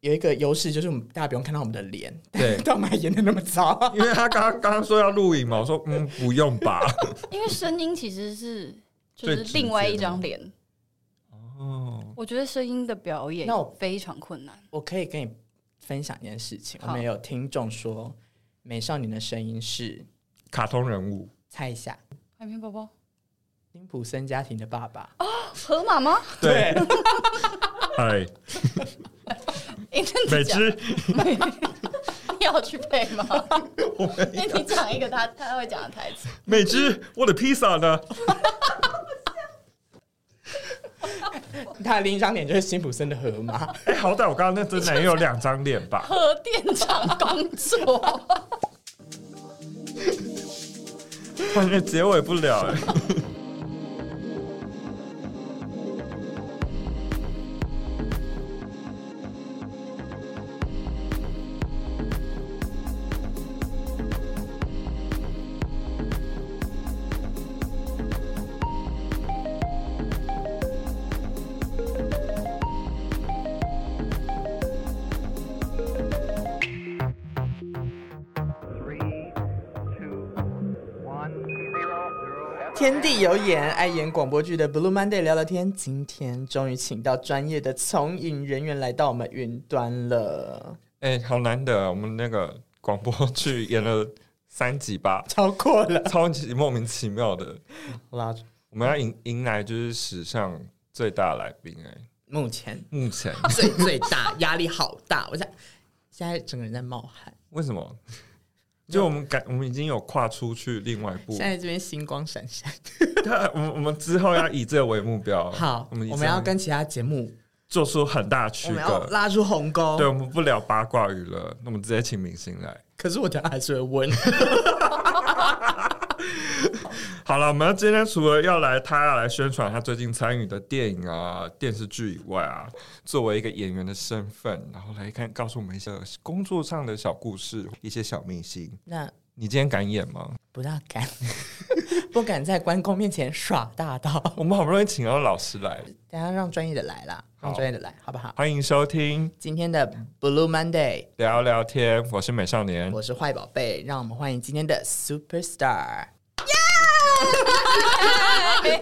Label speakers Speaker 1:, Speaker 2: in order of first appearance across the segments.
Speaker 1: 有一个优势，就是我们大家不用看到我们的脸，
Speaker 2: 对
Speaker 1: 但我们还演的那么糟。
Speaker 2: 因为他刚刚刚说要录影嘛，我说嗯不用 吧。
Speaker 3: 因为声音其实是就
Speaker 2: 最
Speaker 3: 是
Speaker 2: 直
Speaker 3: 另外
Speaker 2: 接
Speaker 3: 一
Speaker 2: 的
Speaker 3: 张
Speaker 2: 嘛
Speaker 3: 脸，
Speaker 2: 哦，
Speaker 3: 我觉得声音的表演
Speaker 1: 那我
Speaker 3: 非常困难。
Speaker 1: 我可以跟你分享一件事情，我
Speaker 3: 好
Speaker 1: 们有听众说，美少女的声音是
Speaker 2: 卡通人物
Speaker 1: 猜一下，
Speaker 3: 海绵宝宝，
Speaker 1: 辛普森家庭的爸爸。
Speaker 3: 河马吗？
Speaker 2: 对， 哎，
Speaker 3: 哎，那你
Speaker 2: 美
Speaker 3: 讲
Speaker 2: 芝，
Speaker 3: 你要去配吗？哎，你讲一个他他会讲的台词，
Speaker 2: 美芝，我的披萨呢？
Speaker 1: 他的另一张脸就是辛普森的河马。
Speaker 2: 哎，好歹我刚刚那真的也有两张脸吧？
Speaker 3: 和店长工作。
Speaker 2: 感觉结尾不了哎、
Speaker 4: Three, two, one, zero, zero.
Speaker 1: 天地有眼，爱演广播剧的 Blue Monday 聊聊天，今天终于请到专业的从影人员来到我们云端了，
Speaker 2: 哎、好难得，我们那个广播剧演了三集吧，
Speaker 1: 超过了。
Speaker 2: 超级莫名其妙的。
Speaker 1: 好啦，
Speaker 2: 我们要迎迎来就是史上最大来宾哎、
Speaker 1: 目前
Speaker 2: 目前
Speaker 1: 最最大压力好大，我在现在整个人在冒汗，
Speaker 2: 为什么？就我们感，我们已经有跨出去另外一步
Speaker 1: 现，在这边星光闪闪。
Speaker 2: 但啊我们我们之后要以这为目标。
Speaker 1: 好，
Speaker 2: 我
Speaker 1: 我
Speaker 2: 们以
Speaker 1: 们
Speaker 2: 这样
Speaker 1: 要跟其他节目，
Speaker 2: 做出很大的
Speaker 1: 我
Speaker 2: 区
Speaker 1: 们要
Speaker 2: 隔。
Speaker 1: 拉哦出鸿沟。
Speaker 2: 对，我们不聊八卦娱乐，那我们直接请明星来。
Speaker 1: 可是我等下还是会问。
Speaker 2: 好了，我们今天除了要来他要来宣传他最近参与的电影啊、电视剧以外啊，作为一个演员的身份，然后来看告诉我们一些工作上的小故事、一些小明星。
Speaker 1: 那
Speaker 2: 你今天敢演吗？
Speaker 1: 不大敢， 不敢在关公面前耍大刀。
Speaker 2: 我们好不容易请到老师来，
Speaker 1: 等下让专业的来啦，让
Speaker 2: 好
Speaker 1: 专业的来，好不好？
Speaker 2: 欢迎收听
Speaker 1: 今天的 Blue Monday，
Speaker 2: 聊聊天，我是美少年。
Speaker 1: 我是坏宝贝，让我们欢迎今天的 Super Star。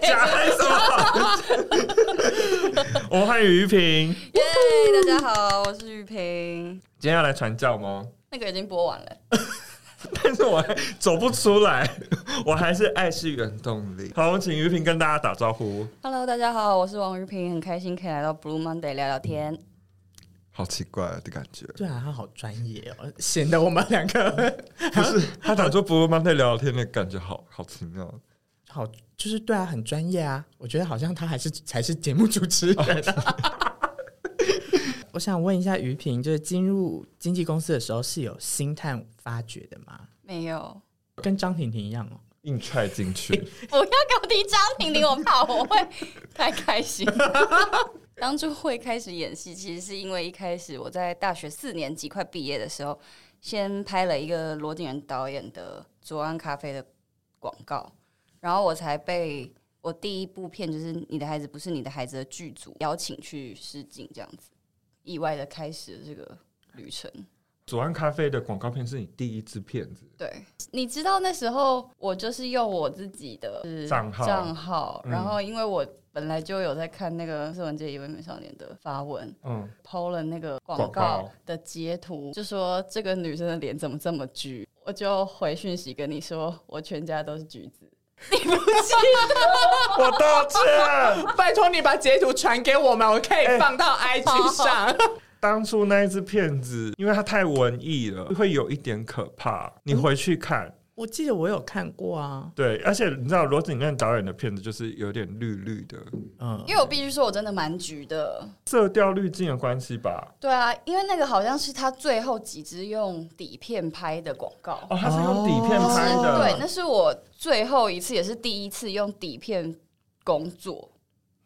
Speaker 2: 假嗨什么？ 我们欢迎于平，
Speaker 3: 耶，大家好，我是玉萍。
Speaker 2: 今天要来传教吗？
Speaker 3: 那个已经播完了，
Speaker 2: 但是我还走不出来，我还是爱是原动力。好，我们请于平跟大家打招呼。
Speaker 3: Hello，大家好，我是王玉萍，很开心可以来到 Blue Monday 聊聊天。
Speaker 2: 好奇怪的感觉，
Speaker 1: 对啊，他好专业哦，显得我们两个
Speaker 2: 不是他打坐不慢在聊天的感觉好，好奇妙。
Speaker 1: 好，就是对啊，很专业啊。我觉得好像他还是才是节目主持人、啊 我想问一下于平，就是进入经纪公司的时候是有星探发掘的吗？
Speaker 3: 没有，
Speaker 1: 跟张婷婷一样哦。
Speaker 2: 硬踹进去，
Speaker 3: 不要给我提张婷婷，我怕我会太开心。 当初会开始演戏，其实是因为一开始我在大学四年级快毕业的时候，先拍了一个罗景仁导演的《左岸咖啡》的广告，然后我才被我第一部片就是《你的孩子不是你的孩子》的剧组邀请去试镜，这样子意外的开始了这个旅程。
Speaker 2: 左岸咖啡的广告片是你第一支片子，
Speaker 3: 对，你知道那时候我就是用我自己的就是
Speaker 2: 账号
Speaker 3: 账号，
Speaker 2: 嗯
Speaker 3: 然后因为我本来就有在看那个《世文界一位美少年》的发文，
Speaker 2: 嗯，
Speaker 3: 抛了那个广
Speaker 2: 广告
Speaker 3: 告的截图，就说这个女生的脸怎么这么橘，我就回讯息跟你说，我全家都是橘子。
Speaker 2: 我道歉。
Speaker 1: 拜托你把截图传给我们，我可以
Speaker 2: 哎
Speaker 1: 放到 IG 上。
Speaker 2: 当初那一支片子，因为它太文艺了，会有一点可怕。你回去看，
Speaker 1: 我记得我有看过啊，
Speaker 2: 对，而且你知道罗景任导演的片子就是有点绿绿的，
Speaker 1: 嗯，
Speaker 3: 因为我必须说，我真的蛮橘的。
Speaker 2: 色调滤镜的关系吧。
Speaker 3: 对啊，因为那个好像是他最后几支用底片拍的广告。
Speaker 2: 哦，它是用底片
Speaker 1: 哦
Speaker 2: 拍的，
Speaker 3: 对，那是我最后一次，也是第一次用底片工作。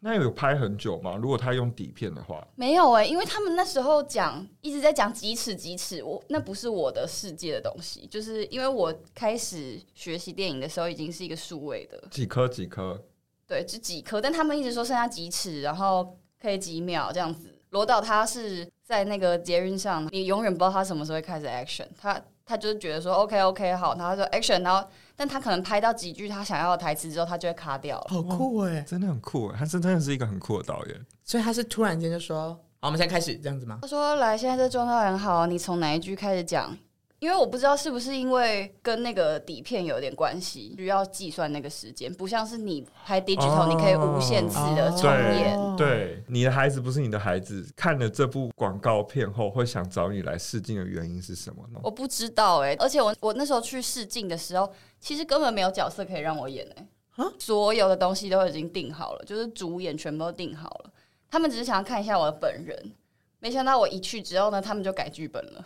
Speaker 2: 那有拍很久吗？如果他用底片的话，
Speaker 3: 没有哎、因为他们那时候讲一直在讲几尺几尺，我那不是我的世界的东西，就是因为我开始学习电影的时候已经是一个数位的，
Speaker 2: 几颗几颗？
Speaker 3: 对，就几颗，但他们一直说剩下几尺，然后可以几秒这样子。罗导他是在那个捷运上，你永远不知道他什么时候会开始 action，他他就是觉得说 OK OK 好，然后他就 action，然后但他可能拍到几句他想要的台词之后，他就会卡掉了。
Speaker 1: 好酷哎、
Speaker 2: 真的很酷，欸他是真的是一个很酷的导演。
Speaker 1: 所以他是突然间就说：“好，我们现在开始这样子吗
Speaker 3: 他说：“来，现在这状态很好，你从哪一句开始讲？因为我不知道是不是因为跟那个底片有点关系，需要计算那个时间，不像是你拍 digital，、
Speaker 2: 哦
Speaker 3: 你可以无限次的重演。
Speaker 1: 哦
Speaker 2: 对，你的孩子不是你的孩子，看了这部广告片后会想找你来试镜的原因是什么呢？
Speaker 3: 我不知道哎、而且我我那时候去试镜的时候，其实根本没有角色可以让我演哎、
Speaker 1: 啊
Speaker 3: 所有的东西都已经定好了，就是主演全部都定好了，他们只是想要看一下我的本人。没想到我一去之后呢，他们就改剧本了。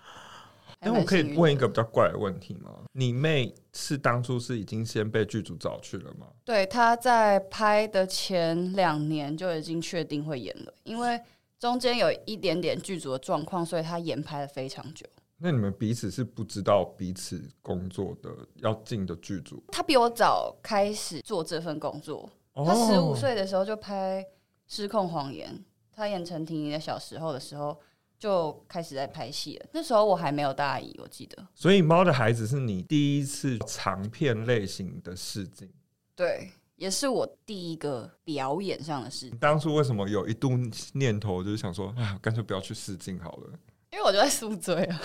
Speaker 3: 还
Speaker 2: 但
Speaker 3: 蛮
Speaker 2: 哎我可
Speaker 3: 幸运
Speaker 2: 以
Speaker 3: 的
Speaker 2: 问一个比较怪的问题吗？你妹是当初是已经先被剧组找去了吗？
Speaker 3: 对，他在拍的前两年就已经确定会演了，因为中间有一点点剧组的状况，所以他延拍了非常久。
Speaker 2: 那你们彼此是不知道彼此工作的要进的剧组？
Speaker 3: 他比我早开始做这份工作，他十
Speaker 2: 哦
Speaker 3: 五岁的时候就拍《失控谎言》，他演陈婷宜的小时候的时候就开始在拍戏了。那时候我还没有大一，我记得。
Speaker 2: 所以《猫的孩子》是你第一次长片类型的试镜。
Speaker 3: 对，也是我第一个表演上的事
Speaker 2: 你，当初为什么有一度念头就是想说啊，干脆不要去试镜好了？
Speaker 3: 因为我就在宿醉啊。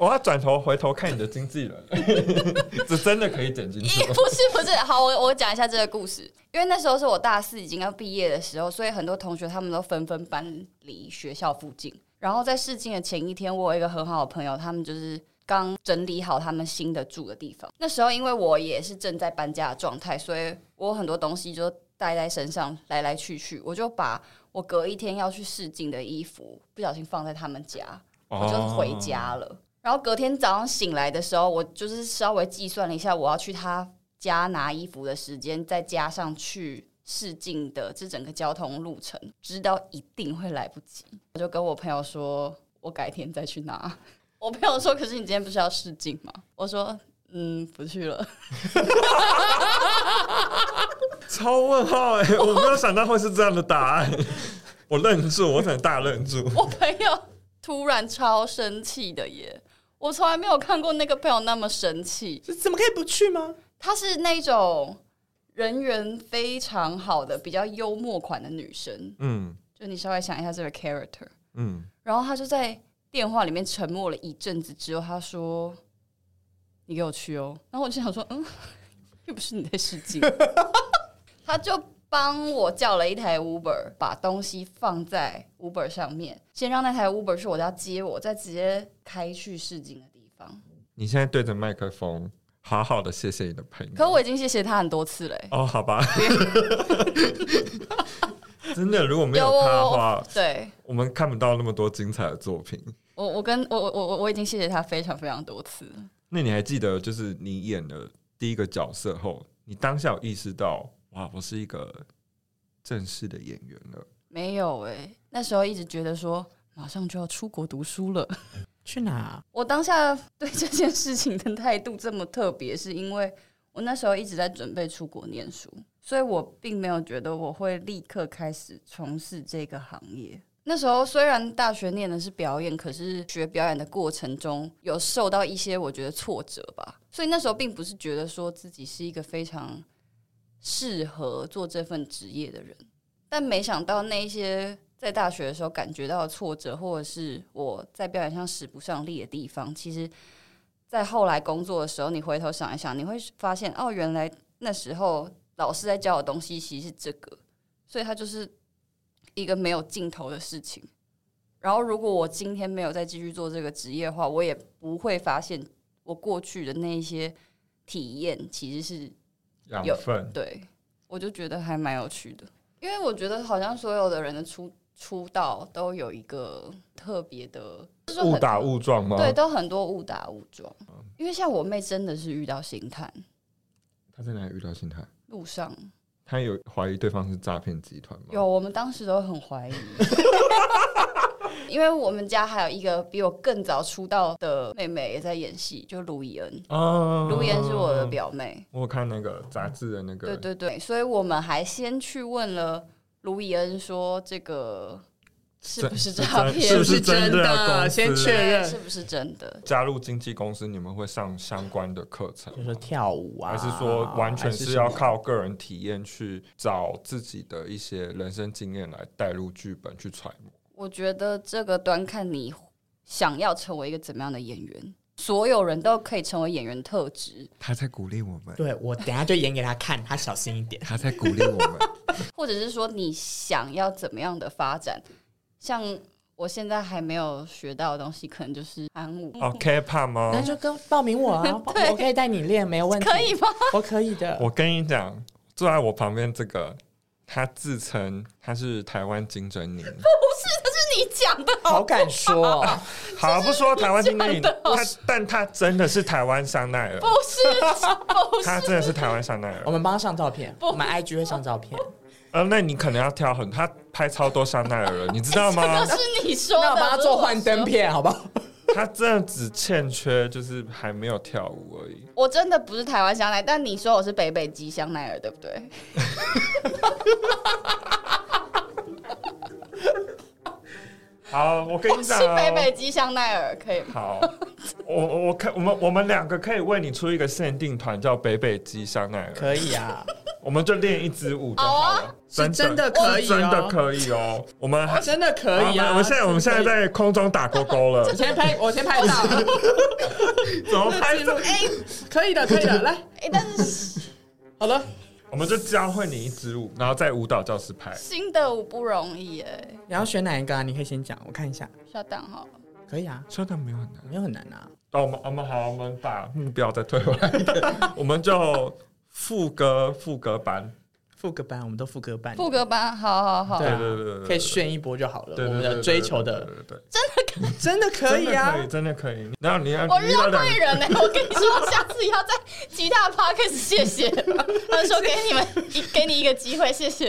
Speaker 2: 我要转头回头看你的经纪人， 这真的可以剪进 去吗。
Speaker 3: 不是不是，好，我我讲一下这个故事，因为那时候是我大四已经要毕业的时候，所以很多同学他们都纷纷搬离学校附近。然后在试镜的前一天，我有一个很好的朋友，他们就是刚整理好他们新的住的地方。那时候因为我也是正在搬家的状态，所以我很多东西就带在身上，来来去去，我就把我隔一天要去试镜的衣服不小心放在他们家。我就
Speaker 2: 哦
Speaker 3: 回家了。然后隔天早上醒来的时候，我就是稍微计算了一下，我要去他家拿衣服的时间，再加上去试镜的这整个交通路程，知道一定会来不及，我就跟我朋友说，我改天再去拿。我朋友说，可是你今天不是要试镜吗？我说，嗯，不去了。
Speaker 2: 超问号哎、我没有想到会是这样的答案，我愣住，我很大愣住。
Speaker 3: 我朋友突然超生气的耶，我从来没有看过那个朋友那么生气。？”
Speaker 1: 这怎么可以不去吗？
Speaker 3: 她是那种人缘非常好的、比较幽默款的女生。
Speaker 2: 嗯
Speaker 3: 就你稍微想一下这个 character，
Speaker 2: 嗯，
Speaker 3: 然后她就在电话里面沉默了一阵子之后，她说：“你给我去哦。”然后我就想说：“嗯， 又不是你在试镜。” 她就帮我叫了一台 Uber，把东西放在 Uber 上面，先让那台 Uber 去我家接我，再直接开去试镜的地方。
Speaker 2: 你现在对着麦克风，好好的谢谢你的朋友。
Speaker 3: 可我已经谢谢她很多次了、欸
Speaker 2: 哦，好 吧，真的，如果没有
Speaker 3: 有
Speaker 2: 他的话，
Speaker 3: 对。
Speaker 2: 我们看不到那么多精彩的作品。
Speaker 3: 我我跟我我我我已经谢谢他非常非常多次了。
Speaker 2: 那你还记得，就是你演了第一个角色后，你当下有意识到，哇，我是一个正式的演员了。
Speaker 3: 没有哎、那时候一直觉得说马上就要出国读书了。
Speaker 1: 去哪啊？
Speaker 3: 我当下 对这件事情的态度这么特别，是因为我那时候一直在准备出国念书，所以我并没有觉得我会立刻开始从事这个行业。那时候虽然大学念的是表演，可是学表演的过程中有受到一些我觉得挫折吧，所以那时候并不是觉得说自己是一个非常适合做这份职业的人。但没想到那一些在大学的时候感觉到的挫折，或者是我在表演上使不上力的地方，其实，在后来工作的时候，你回头想一想，你会发现哦，原来那时候老师在教我的东西其实是这个，所以它就是一个没有尽头的事情。然后，如果我今天没有再继续做这个职业的话，我也不会发现我过去的那一些体验其实是
Speaker 2: 养
Speaker 3: 有
Speaker 2: 分，
Speaker 3: 对，我就觉得还蛮有趣的，因为我觉得好像所有的人的出出道都有一个特别的，就是
Speaker 2: 误
Speaker 3: 很
Speaker 2: 打误撞吗？嗯
Speaker 3: 对，，都很多误打误撞。因为像我妹真的是遇到星探
Speaker 2: 他在哪里遇到心态？
Speaker 3: 路上
Speaker 2: 他有怀疑对方是诈骗集团吗？
Speaker 3: 有，我们当时都很怀疑。 因为我们家还有一个比我更早出道的妹妹也在演戏，就卢以恩。
Speaker 2: 啊
Speaker 3: 卢以恩是我的。表妹，
Speaker 2: 我有看那个杂志的那个，
Speaker 3: 对对对，所以我们还先去问了卢以恩说这个是
Speaker 2: 真
Speaker 3: 不是诈骗？
Speaker 2: 是不
Speaker 1: 是
Speaker 2: 真
Speaker 1: 真的
Speaker 2: 啊公司
Speaker 1: 先确
Speaker 3: 对
Speaker 1: 认
Speaker 3: 是不是真的？
Speaker 2: 加入经纪公司，你们会上相关的课程
Speaker 1: 就
Speaker 2: 吗
Speaker 1: 是？跳舞啊，
Speaker 2: 还是说完全
Speaker 1: 还
Speaker 2: 是
Speaker 1: 什么
Speaker 2: 要靠个人体验去找自己的一些人生经验来带入剧本去揣摩？
Speaker 3: 我觉得这个端看你想要成为一个怎么样的演员。所有人都可以成为演员特质，
Speaker 2: 他在鼓励我们，
Speaker 1: 对我等一下就演给他看，他小心一点。
Speaker 2: 他在鼓励我们。
Speaker 3: 或者是说你想要怎么样的发展。像我现在还没有学到的东西，可能就是韩舞，
Speaker 2: 哦，K-pop 吗
Speaker 1: 那？就跟报名 我啊，
Speaker 3: 对
Speaker 1: 我可以带你练，没有问题，
Speaker 3: 可以，吗？
Speaker 1: 我可以的。
Speaker 2: 我跟你讲，坐在我旁边这个，他自称他是台湾金珍 妮，
Speaker 3: 你讲的
Speaker 1: 好敢说哦，
Speaker 2: 好不说台湾金珍妮，
Speaker 3: 你讲的
Speaker 2: 他但他真的是台湾香奈儿
Speaker 3: 不，是，不
Speaker 2: 他
Speaker 3: 是，
Speaker 2: 真的是台湾香奈
Speaker 1: 我
Speaker 2: 儿。
Speaker 1: 们帮他上照片，我们 IG 会上照片。
Speaker 2: 呃，那你可能要挑很，他拍超多香奈儿了，你知道 吗
Speaker 3: 那？是你说
Speaker 1: 啊那
Speaker 3: 的。
Speaker 1: 我帮他做幻灯
Speaker 3: 如果说。
Speaker 1: 片，好不好？
Speaker 2: 他真的只欠缺就是还没有跳舞而已。
Speaker 3: 我真的不是台湾香奈，但你说我是北北基香奈儿，对不对？
Speaker 2: 好，我跟
Speaker 3: 我
Speaker 2: 你
Speaker 3: 是
Speaker 2: 讲、
Speaker 3: 北
Speaker 2: 哦，
Speaker 3: 北基香奈儿，可 以吗？
Speaker 2: 好，我我我可我们我们两个可以为你出一个限定团，叫北北基香奈儿，
Speaker 1: 可以啊，
Speaker 2: 我们就练一支舞就好
Speaker 3: 好
Speaker 2: 了
Speaker 3: 啊，
Speaker 1: 是真的
Speaker 2: 是
Speaker 1: 可以哦
Speaker 2: 真的可以哦。我们还
Speaker 1: 真的可以啊。
Speaker 2: 我们现在我们现在在空中打勾勾了
Speaker 1: 我，先拍，我先拍 照，
Speaker 2: 怎么拍这？
Speaker 1: 可以的，可以的，来，
Speaker 3: 哎、但是
Speaker 1: 好了，
Speaker 2: 我们就教会你一支舞，然后在舞蹈教室拍。
Speaker 3: 新的舞不容易哎、
Speaker 1: 你要选哪一个啊？你可以先讲，我看一下。
Speaker 3: 稍等好了。
Speaker 1: 可以啊，
Speaker 2: 真的没有很难。
Speaker 1: 没有很难啊。
Speaker 2: 那我们我们好，我们把目标再退回来一点，我们就副歌副歌版。
Speaker 1: 副歌班，我们都副歌班，
Speaker 3: 副歌班，好好好，
Speaker 1: 对
Speaker 2: 对
Speaker 1: 啊
Speaker 2: 对对对，对
Speaker 1: 可以。炫一波就好了。
Speaker 2: 对
Speaker 1: 我
Speaker 2: 对
Speaker 1: 们
Speaker 2: 对
Speaker 1: 的
Speaker 2: 对
Speaker 1: 追求
Speaker 2: 对
Speaker 1: 的
Speaker 2: 对对对
Speaker 1: 真的可以啊
Speaker 2: 真的可以，，真的可以。然后你要
Speaker 3: 我
Speaker 2: 你
Speaker 3: 遇
Speaker 2: 遇到
Speaker 3: 到
Speaker 2: 两
Speaker 3: 贵人呢、欸我跟你说，下次要在吉他 p a r k 谢谢。他说给你们一给你一个机会，谢谢。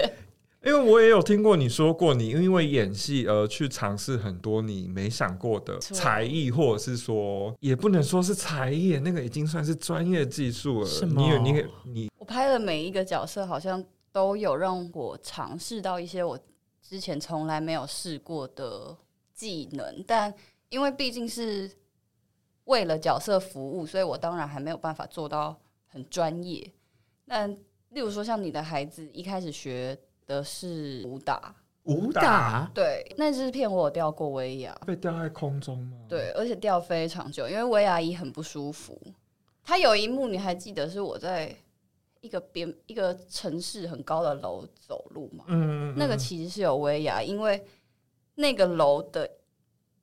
Speaker 2: 因为我也有听过你说过，你因为演戏而去尝试很多你没想过的
Speaker 3: 错
Speaker 2: 才艺，或者是说，也不能说是才艺，那个已经算是专业技术了。
Speaker 1: 什么
Speaker 2: 你有你你
Speaker 3: 我拍的每一个角色好像都有让我尝试到一些我之前从来没有试过的技能，但因为毕竟是为了角色服务，所以我当然还没有办法做到很专业。但例如说，像你的孩子一开始学的是武打，
Speaker 1: 武打
Speaker 2: 打
Speaker 3: 对，那支片我有掉过威亚，
Speaker 2: 被吊在空中吗？，
Speaker 3: 对，而且掉非常久，因为维牙医很不舒服。他有一幕你还记得是我在一个边一个城市很高的楼走路嘛？
Speaker 2: 嗯，
Speaker 3: 那个其实是有威牙，因为那个楼的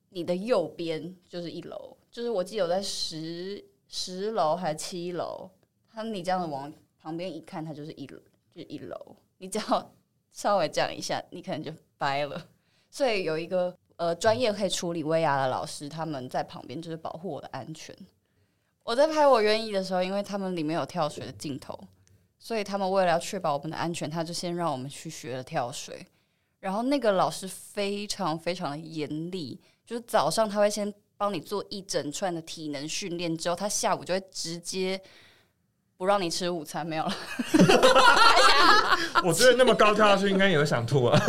Speaker 3: 你的右边就是一楼，就是我记得我在十十楼还是七楼，他你这样子往旁边一看，它就是一楼就是一楼，你只要稍微这样一下，你可能就掰了。所以有一个呃专业可以处理威亚的老师，他们在旁边就是保护我的安全。我在拍我愿意的时候，因为他们里面有跳水的镜头，所以他们为了要确保我们的安全，他就先让我们去学了跳水。然后那个老师非常非常的严厉，就是早上他会先帮你做一整串的体能训练，之后他下午就会直接不让你吃午餐，没有了。
Speaker 2: 我觉得那么高跳下去，应该也会想吐啊，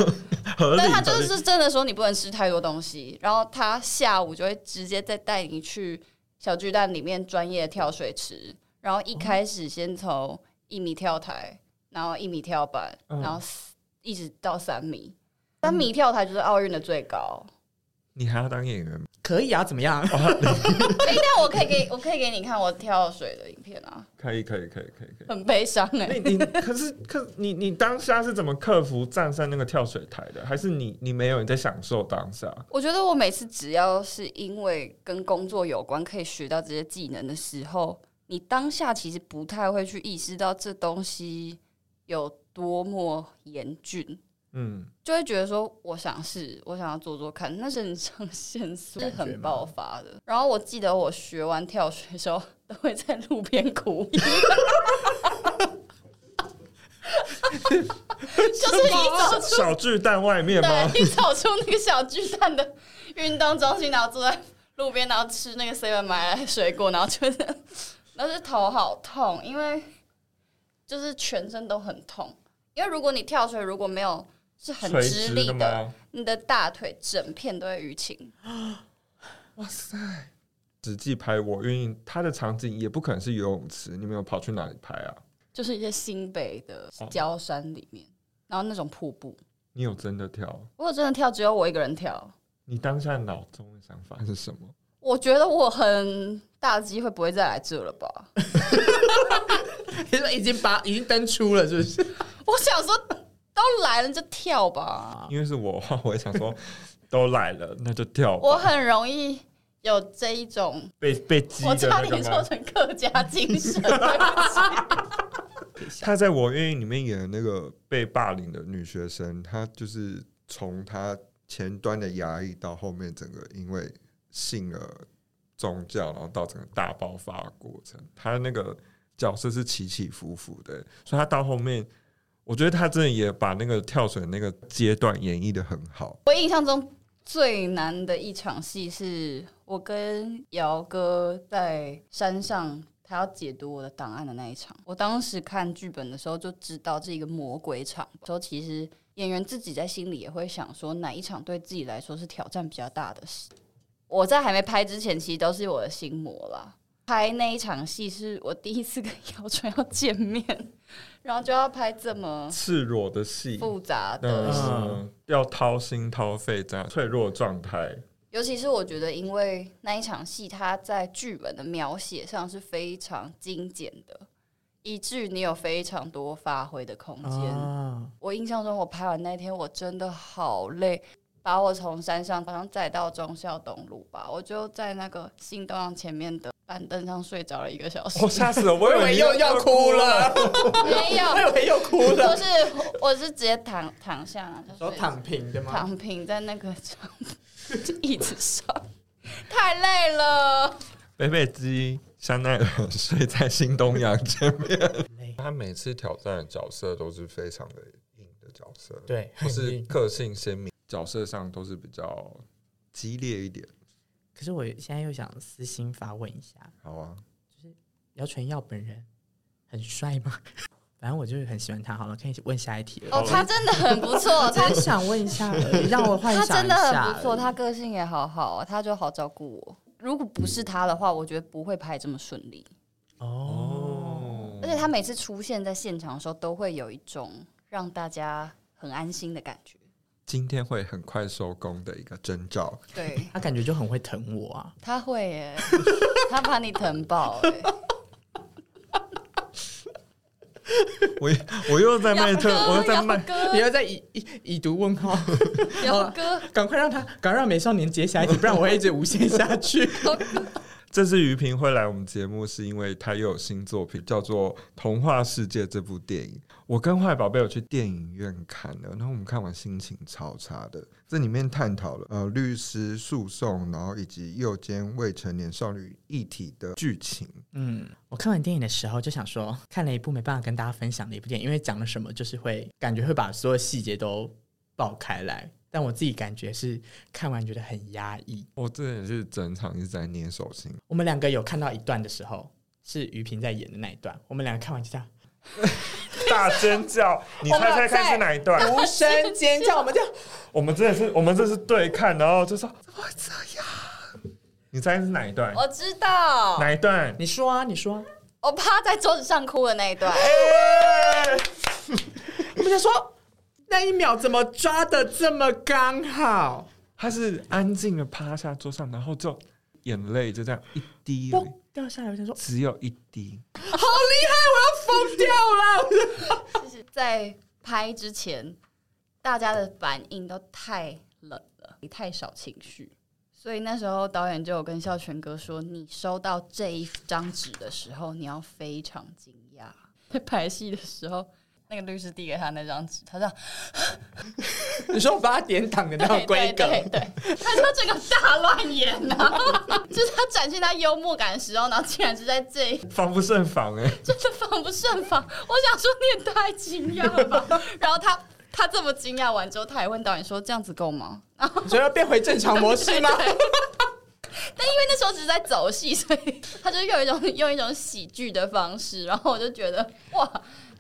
Speaker 2: 合理。
Speaker 3: 但他就
Speaker 2: 合理
Speaker 3: 是真的说你不能吃太多东西，然后他下午就会直接再带你去小巨蛋里面专业跳水池，然后一开始先从一米跳台，然后一米跳板，
Speaker 2: 嗯
Speaker 3: 然后四一直到三米，三米跳台就是奥运的最高。
Speaker 2: 你还要当演员吗？
Speaker 1: 可以啊，怎么样？
Speaker 3: 哎、但我可以给我可以给你看我跳水的影片啊，
Speaker 2: 可以，可以，可以，可以，可以。
Speaker 3: 很悲伤哎、
Speaker 2: 那 你可是可是你你当下是怎么克服站上那个跳水台的？还是你你没有你在享受当下？
Speaker 3: 我觉得我每次只要是因为跟工作有关，可以学到这些技能的时候，你当下其实不太会去意识到这东西有多么严峻，
Speaker 2: 嗯，
Speaker 3: 就会觉得说我想试，我想要做做看，那肾上腺素是
Speaker 1: 感觉吗
Speaker 3: 很爆发的。然后我记得我学完跳水的时候，都会在路边哭，哦就是一走出
Speaker 2: 小巨蛋外面 吗？
Speaker 3: 对，一走出那个小巨蛋的运动中心，然后坐在路边，然后吃那个 seven 买来的水果，然后觉得，然后就头好痛，因为就是全身都很痛。因为如果你跳水如果没有是很
Speaker 2: 垂
Speaker 3: 直
Speaker 2: 直
Speaker 3: 立
Speaker 2: 的吗？
Speaker 3: 你的大腿整片都会淤青。
Speaker 2: 哇塞！实际拍我因为它的场景也不可能是游泳池，你们有跑去哪里拍啊？
Speaker 3: 就是一些新北的礁山里面，然后那种瀑布。
Speaker 2: 你有真的跳？
Speaker 3: 如果真的跳，只有我一个人跳，
Speaker 2: 你当下脑中的想法是什么？
Speaker 3: 我觉得我很大机会不会再来这了吧？
Speaker 1: 你说已经把已经登出了，是不是？
Speaker 3: 我想说，都来了就跳吧。
Speaker 2: 因为是我的 话，我也想说，都来了，那就跳吧。
Speaker 3: 我很容易有这一种，
Speaker 2: 被被激
Speaker 3: 我
Speaker 2: 的
Speaker 3: 差
Speaker 2: 那个
Speaker 3: 点说
Speaker 2: 吗？
Speaker 3: 成客家精神。对不起
Speaker 2: 他在我愿意里面演的那个被霸凌的女学生，她就是从她前端的压抑到后面整个因为信了宗教，然后到整个大爆发的过程，她那个角色是起起伏伏的，欸所以她到后面，我觉得她真的也把那个跳水那个阶段演绎的很好。
Speaker 3: 我印象中最难的一场戏是我跟姚哥在山上。他要解读我的档案的那一场，我当时看剧本的时候就知道这一个魔鬼场。说其实演员自己在心里也会想说，哪一场对自己来说是挑战比较大的事。我在还没拍之前，其实都是我的心魔啦。拍那一场戏是我第一次跟姚纯要见面，然后就要拍这么
Speaker 2: 赤裸的戏，
Speaker 3: 复杂的戏
Speaker 2: 嗯，要掏心掏肺这样脆弱状态，
Speaker 3: 尤其是我觉得，因为那一场戏，它在剧本的描写上是非常精简的，以至于你有非常多发挥的空间。
Speaker 1: 啊，
Speaker 3: 我印象中，我拍完那天，我真的好累，把我从山上好像载到忠孝东路吧，我就在那个新东阳前面的板凳上睡着了一个小时
Speaker 2: 我、哦、。吓死了！我
Speaker 1: 我以为
Speaker 2: 为
Speaker 1: 又要哭了，
Speaker 3: 没有
Speaker 1: 我，以为又哭
Speaker 3: 就
Speaker 1: 了，
Speaker 3: 是我是直接躺躺下，就
Speaker 1: 都
Speaker 3: 睡着
Speaker 1: 躺平的吗？
Speaker 3: 躺平在那个床 椅子上，太累了。
Speaker 2: 北北基香奈儿 睡在新东阳前面。
Speaker 1: 累
Speaker 2: 他每次挑战的角色都是非常的硬的角色，，
Speaker 1: 对，
Speaker 2: 就
Speaker 1: 很
Speaker 2: 是
Speaker 1: 硬
Speaker 2: 个性鲜明，角色上都是比较激烈一点。
Speaker 1: 可是我现在又想私心发问一下，
Speaker 2: 好啊，
Speaker 1: 姚纯耀本人很帅吗？ 反正我就是很喜欢他。好了，可以问下一题了。
Speaker 3: 哦，他真的很不 错，他
Speaker 1: 我只是想问一下而已，让我幻想
Speaker 3: 他
Speaker 1: 一下。
Speaker 3: 真的很不错，他个性也好好，他就好照顾我。如果不是他的话，我觉得不会拍这么顺利。
Speaker 1: 哦，
Speaker 3: 而且他每次出现在现场的时候，都会有一种让大家很安心的感觉。
Speaker 2: 今天会很快收工的一个征 兆。
Speaker 3: 对，
Speaker 1: 他感觉就很会疼我啊。
Speaker 3: 他会耶， 他把你疼爆 耶。
Speaker 2: 我我又在卖
Speaker 3: 姚
Speaker 2: 特，
Speaker 3: 哥，
Speaker 2: 我又在卖
Speaker 3: 姚。哥，
Speaker 1: 你要再以以以读问号，
Speaker 3: 姚哥，
Speaker 1: 赶快让他，赶快让美少年接下一题，不然我会一直无限下去。
Speaker 2: 这次于平会来我们节目，是因为他又有新作品，叫做《童话世界》这部电影。我跟坏宝贝有去电影院看了，然后我们看完心情超差的。这里面探讨了呃律师诉讼，然后以及诱奸未成年少女议题的剧情。
Speaker 1: 嗯，我看完电影的时候就想说， 看了一部没办法跟大家分享的一部电影，因为讲了什么就是会感觉会把所有细节都爆开来，但我自己感觉是看完觉得很压抑。
Speaker 2: 我这也是整场一直在捏手心，
Speaker 1: 我们两个有看到一段的时候，是于平在演的那一段，我们两个看完就这样
Speaker 2: 大尖叫！你猜猜看是哪一段？
Speaker 1: 无声尖叫，我们就
Speaker 2: 我们真的是，我 们这是对看，然后就说怎么会这样？你猜是哪一段？
Speaker 3: 我知 道，
Speaker 2: 哪一段？
Speaker 1: 你说啊，你说、啊，
Speaker 3: 我趴在桌子上哭的那一段。
Speaker 1: 我们就说那一秒怎么抓的这么刚好？
Speaker 2: 他是安静的趴下桌上，然后就眼泪就这样一滴而已，
Speaker 1: 嘣掉下来，我想说
Speaker 2: 只有一滴。
Speaker 1: 好厉
Speaker 3: 哦
Speaker 1: 害，我要疯掉了。
Speaker 3: 就是在拍之前，大家的反应都太冷了，也太少情绪，所以那时候导演就有跟孝全哥说：“你收到这一张纸的时候，你要非常惊讶。”在拍戏的时候，那个律师递给他那张纸，他说
Speaker 1: 你说八点档的那种规
Speaker 3: 对
Speaker 1: 格，
Speaker 3: 对对，他说这个大乱演呢、 就是他展现他幽默感的时候，然后竟然是在这一
Speaker 2: 防不胜防哎、
Speaker 3: 真的防不胜防。我想说你也太惊讶了吧。然后他他这么惊讶完之后，他还问导演说这样子够吗？
Speaker 1: 你说要变回正常模式吗？
Speaker 3: 但因为那时候只是在走戏，所以他就用一种用一种喜剧的方式。然后我就觉得哇，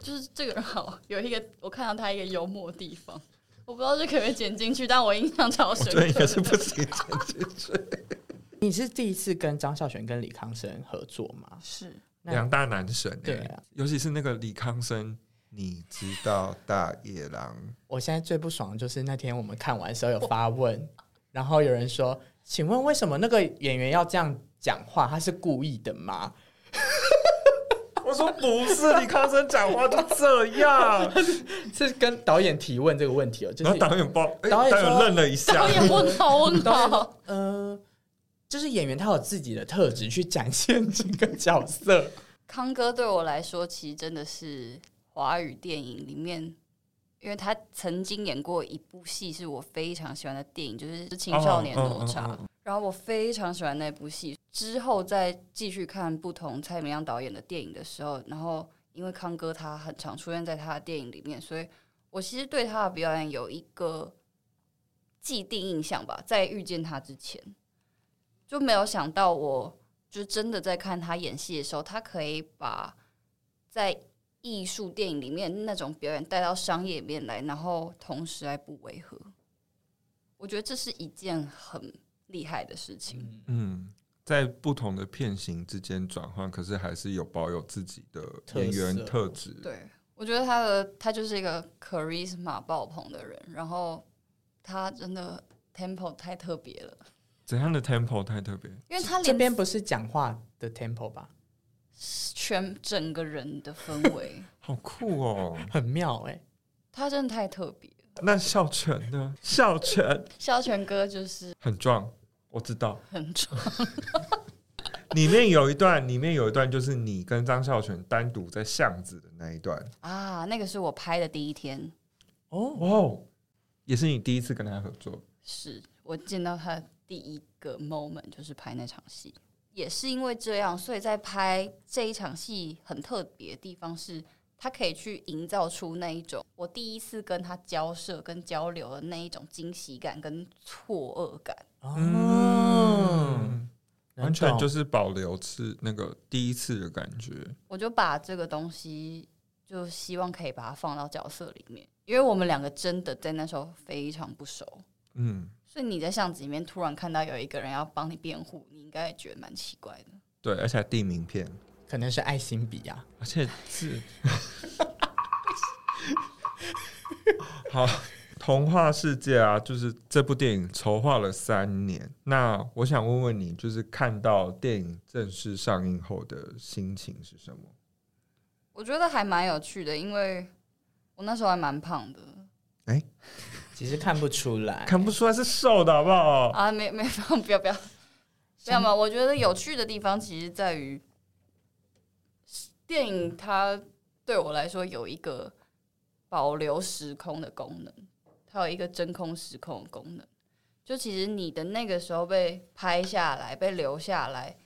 Speaker 3: 就是这个人好有一个我看到他一个幽默的地方。我不知道这可不可以剪进去，但我印象超
Speaker 2: 我
Speaker 3: 深
Speaker 2: 觉
Speaker 3: 刻
Speaker 2: 得
Speaker 3: 的。
Speaker 2: 应该是不行剪进去。
Speaker 1: 你是第一次跟张孝全跟李康生合作吗？
Speaker 3: 是
Speaker 1: 那
Speaker 2: 两大男神、欸，
Speaker 1: 对啊
Speaker 2: 尤其是那个李康生，你知道大野狼？
Speaker 1: 我现在最不爽的就是那天我们看完的时候有发问，然后有人说：“请问为什么那个演员要这样讲话？他是故意的吗
Speaker 2: 我说不是，李康生讲话就这样。？”
Speaker 1: 是跟导演提问这个问题哦，就
Speaker 2: 然后
Speaker 1: 是
Speaker 2: 导演包，哎
Speaker 1: 导演说
Speaker 2: 导演愣了一下
Speaker 3: 导，演问号 问
Speaker 1: 导演
Speaker 3: 号
Speaker 1: 说，呃，就是演员他有自己的特质去展现这个角色。
Speaker 3: 康哥对我来说，其实真的是华语电影里面，因为他曾经演过一部戏是我非常喜欢的电影，就是《青少年
Speaker 2: 哦哦
Speaker 3: 哪吒》
Speaker 2: 哦哦
Speaker 3: 然后我非常喜欢那部戏。之后再继续看不同蔡明亮导演的电影的时候，然后因为康哥他很常出现在他的电影里面，所以我其实对他的表演有一个既定印象吧。在遇见他之前，就没有想到我就真的在看他演戏的时候，他可以把在艺术电影里面那种表演带到商业里面来，然后同时还不违和。我觉得这是一件很厉害的事情。
Speaker 2: 嗯，在不同的片型之间转换，可是还是有保有自己的演员特
Speaker 1: 特
Speaker 2: 质。
Speaker 3: 对，我觉得他的他就是一个 charisma 爆棚的人，然后他真的 tempo 太特别了，
Speaker 2: 怎样的 tempo 太特别？
Speaker 3: 因为他
Speaker 1: 这
Speaker 3: 连
Speaker 1: 边不是讲话的 tempo 吧？
Speaker 3: 全整个人的氛围，
Speaker 2: 好酷哦！
Speaker 1: 很妙哎、
Speaker 3: 他真的太特别了。
Speaker 2: 那孝全呢？孝全
Speaker 3: 萧全哥就是
Speaker 2: 很壮，我知道。
Speaker 3: 很重，
Speaker 2: 里面有一段，里面有一段就是你跟张孝全单独在巷子的那一段。
Speaker 3: 啊，那个是我拍的第一天，
Speaker 1: 哦，
Speaker 2: 哦，也是你第一次跟他合作。
Speaker 3: 是我见到他的第一个 moment 就是拍那场戏，也是因为这样，所以在拍这一场戏很特别的地方是，他可以去营造出那一种我第一次跟他交涉跟交流的那一种惊喜感跟错愕感。
Speaker 1: 哦，
Speaker 2: 嗯，完全
Speaker 1: 能懂
Speaker 2: 就是保留是那个第一次的感觉。
Speaker 3: 我就把这个东西，就希望可以把它放到角色里面，因为我们两个真的在那时候非常不熟，
Speaker 2: 嗯，
Speaker 3: 所以你在巷子里面突然看到有一个人要帮你辩护，你应该也觉得蛮奇怪的。
Speaker 2: 对，而且还递名片，
Speaker 1: 可能是爱心笔啊。
Speaker 2: 而且是 好。童话世界啊，就是这部电影筹划了三年。那我想问问你，就是看到电影正式上映后的心情是什么？
Speaker 3: 我觉得还蛮有趣的，因为我那时候还蛮胖的
Speaker 1: 其实看不出来，
Speaker 2: 看不出来是瘦的好不好？
Speaker 3: 啊，没 没不要不要不要嘛！我觉得有趣的地方其实在于电影，它对我来说有一个保留时空的功能，它有一个真空时空的功能。就其实你的那个时候被拍下来、被留下来，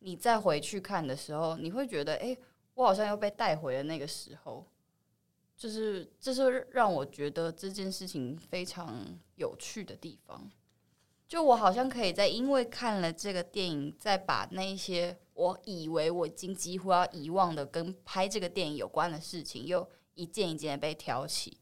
Speaker 3: 你再回去看的时候，你会觉得，诶，我好像又被带回了那个时候。就是，这是让我觉得这件事情非常有趣的地方。就我好像可以在因为看了这个电影，再把那一些我以为我已经几乎要遗忘的跟拍这个电影有关的事情，又一件一件的被挑起。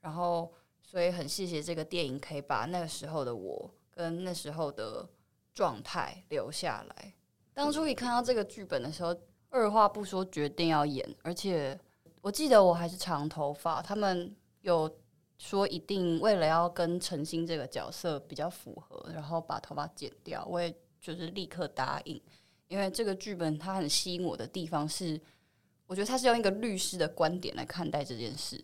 Speaker 3: 然后，所以很谢谢这个电影，可以把那个时候的我跟那时候的状态留下来。当初一看到这个剧本的时候，二话不说决定要演，而且我记得我还是长头发，他们有说一定为了要跟陈星这个角色比较符合，然后把头发剪掉，我也就是立刻答应，因为这个剧本它很吸引我的地方是，我觉得它是用一个律师的观点来看待这件事，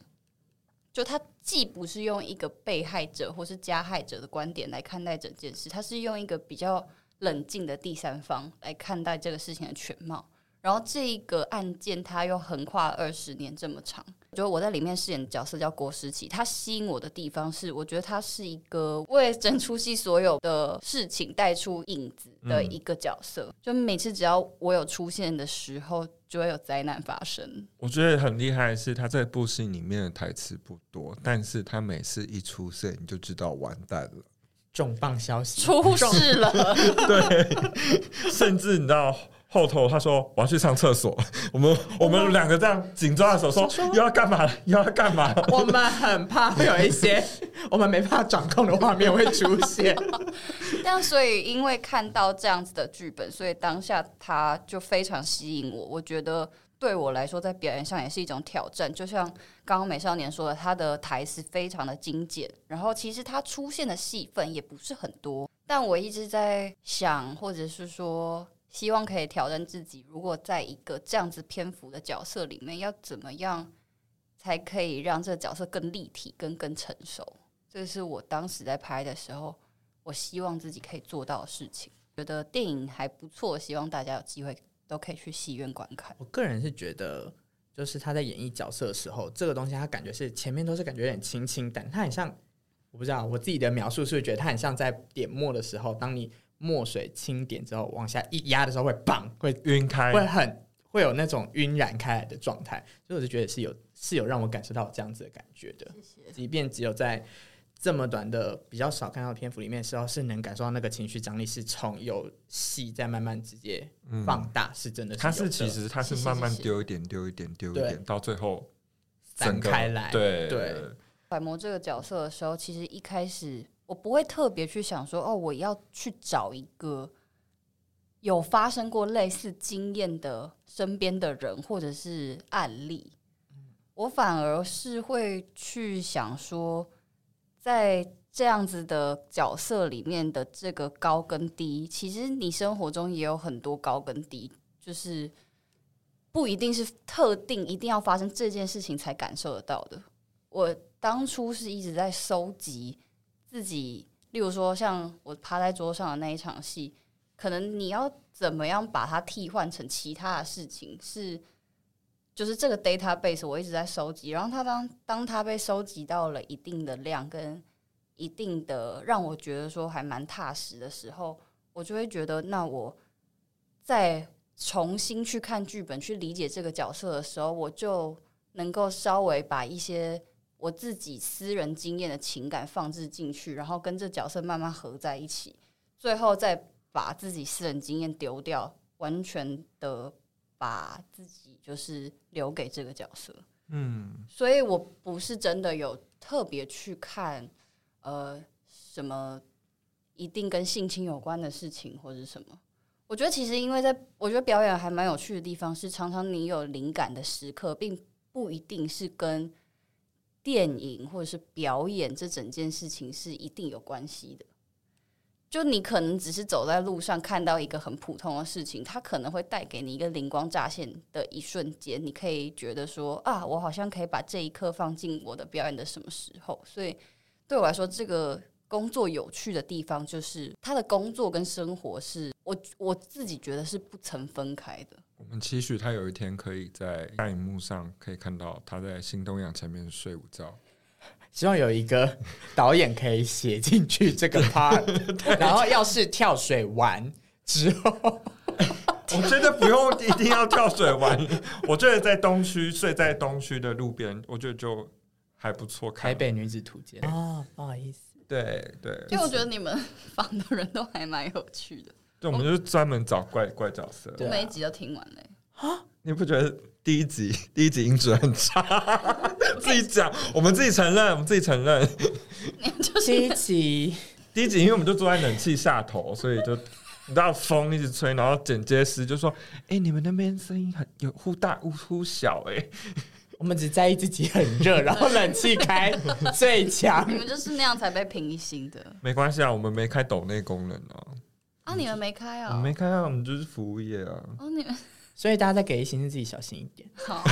Speaker 3: 就他既不是用一个被害者或是加害者的观点来看待整件事，他是用一个比较冷静的第三方来看待这个事情的全貌。然后这一个案件，它又横跨二十年这么长，我觉得我在里面饰演的角色叫郭诗琪，她吸引我的地方是，我觉得她是一个为整出戏所有的事情带出影子的一个角色。就每次只要我有出现的时候，就会有灾难发生。
Speaker 2: 我觉得很厉害的是，他这部戏里面的台词不多，但是他每次一出现，你就知道完蛋了。
Speaker 1: 重磅消息，
Speaker 3: 出事了，
Speaker 2: 甚至你知道后头他说我要去上厕所， 我们我们两个这样紧抓着手说又要干嘛 又要干嘛，
Speaker 1: 我们很怕会有一些 我们没办法掌控的画面会出现。
Speaker 3: 但所以因为看到这样子的剧本，所以当下他就非常吸引我。我觉得对我来说，在表演上也是一种挑战。就像刚刚美少年说的，他的台词非常的精简，然后其实他出现的戏份也不是很多。但我一直在想，或者是说，希望可以挑战自己，如果在一个这样子篇幅的角色里面，要怎么样才可以让这个角色更立体、跟更成熟？这是我当时在拍的时候我希望自己可以做到的事情。觉得电影还不错，希望大家有机会都可以去戏院观看。
Speaker 1: 我个人是觉得，就是他在演绎角色的时候，这个东西他感觉是前面都是感觉有点清清淡，他很像我不知道我自己的描述是不是觉得他很像在点墨的时候，当你墨水轻点之后往下一压的时候会棒，会
Speaker 2: 晕开
Speaker 1: 会很会有那种晕染开来的状态，所以我就觉得是有是有让我感受到这样子的感觉的。即便只有在这么短的比较少看到的篇幅里面的时候，是能感受到那个情绪张力是从有戏在慢慢直接放大，是真的是
Speaker 2: 他
Speaker 1: 有的。
Speaker 2: 嗯是其实他是
Speaker 3: 是是
Speaker 2: 慢慢
Speaker 3: 是
Speaker 2: 丢一点丢一点丢一
Speaker 1: 对
Speaker 2: 点，到最后
Speaker 1: 散
Speaker 2: 整个
Speaker 1: 开来
Speaker 2: 对
Speaker 1: 对
Speaker 3: 揣摩这个角色的时候，其实一开始我不会特别去想说，哦，我要去找一个有发生过类似经验的身边的人或者是案例，我反而是会去想说，在这样子的角色里面的这个高跟低，其实你生活中也有很多高跟低，就是不一定是特定一定要发生这件事情才感受得到的。我当初是一直在收集自己，例如说像我趴在桌上的那一场戏，可能你要怎么样把它替换成其他的事情，是就是这个 database 我一直在收集，然后它当当它被收集到了一定的量跟一定的让我觉得说还蛮踏实的时候，我就会觉得那我再重新去看剧本去理解这个角色的时候，我就能够稍微把一些我自己私人经验的情感放置进去，然后跟这角色慢慢合在一起，最后再把自己私人经验丢掉，完全的把自己就是留给这个角色。
Speaker 2: 嗯，
Speaker 3: 所以我不是真的有特别去看呃什么一定跟性侵有关的事情或者什么。我觉得其实因为在我觉得表演还蛮有趣的地方是，常常你有灵感的时刻，并不一定是跟电影或者是表演这整件事情是一定有关系的。就你可能只是走在路上看到一个很普通的事情，它可能会带给你一个灵光乍现的一瞬间，你可以觉得说啊，我好像可以把这一刻放进我的表演的什么时候。所以对我来说，这个工作有趣的地方就是他的工作跟生活是 我我自己觉得是不曾分开的。
Speaker 2: 我们期许他有一天可以在大荧幕上可以看到他在新东阳前面睡午 觉。
Speaker 1: 希望有一个导演可以写进去这个 part，然 后要是跳水完之后，
Speaker 2: 我觉得不用一定要跳水玩，我觉得在东区睡在东区的路边，我觉得就还不错看。
Speaker 1: 台北女子图鉴哦，不好意思，
Speaker 2: 对对，
Speaker 3: 因为我觉得你们访的人都还蛮有趣的，
Speaker 2: 就我们就是专门找怪怪角色。
Speaker 1: 对啊
Speaker 3: 我每一集都听完了、
Speaker 2: 你不觉得第一集第一集音质很差？ 自己讲，我们自己承认，我们自己承认。
Speaker 3: 欸
Speaker 1: 这一集
Speaker 2: 第一集因为我们就坐在冷气下头，所以就你知道风一直吹，然后剪接师就说：“哎、你们那边声音很有忽大忽忽小、欸，
Speaker 1: 我们只在意自己很热，然后冷气 开最强
Speaker 3: 你。们就是那样才被评一星的
Speaker 2: 没关系啊，我们没开抖内功能
Speaker 1: 哦
Speaker 2: 啊，
Speaker 3: 啊！你们没开
Speaker 2: 我
Speaker 3: 啊、
Speaker 2: 们没开啊，我们就是服务业啊。
Speaker 3: 哦，你们
Speaker 1: 所以大家在给一星自己小心一点。
Speaker 3: 好。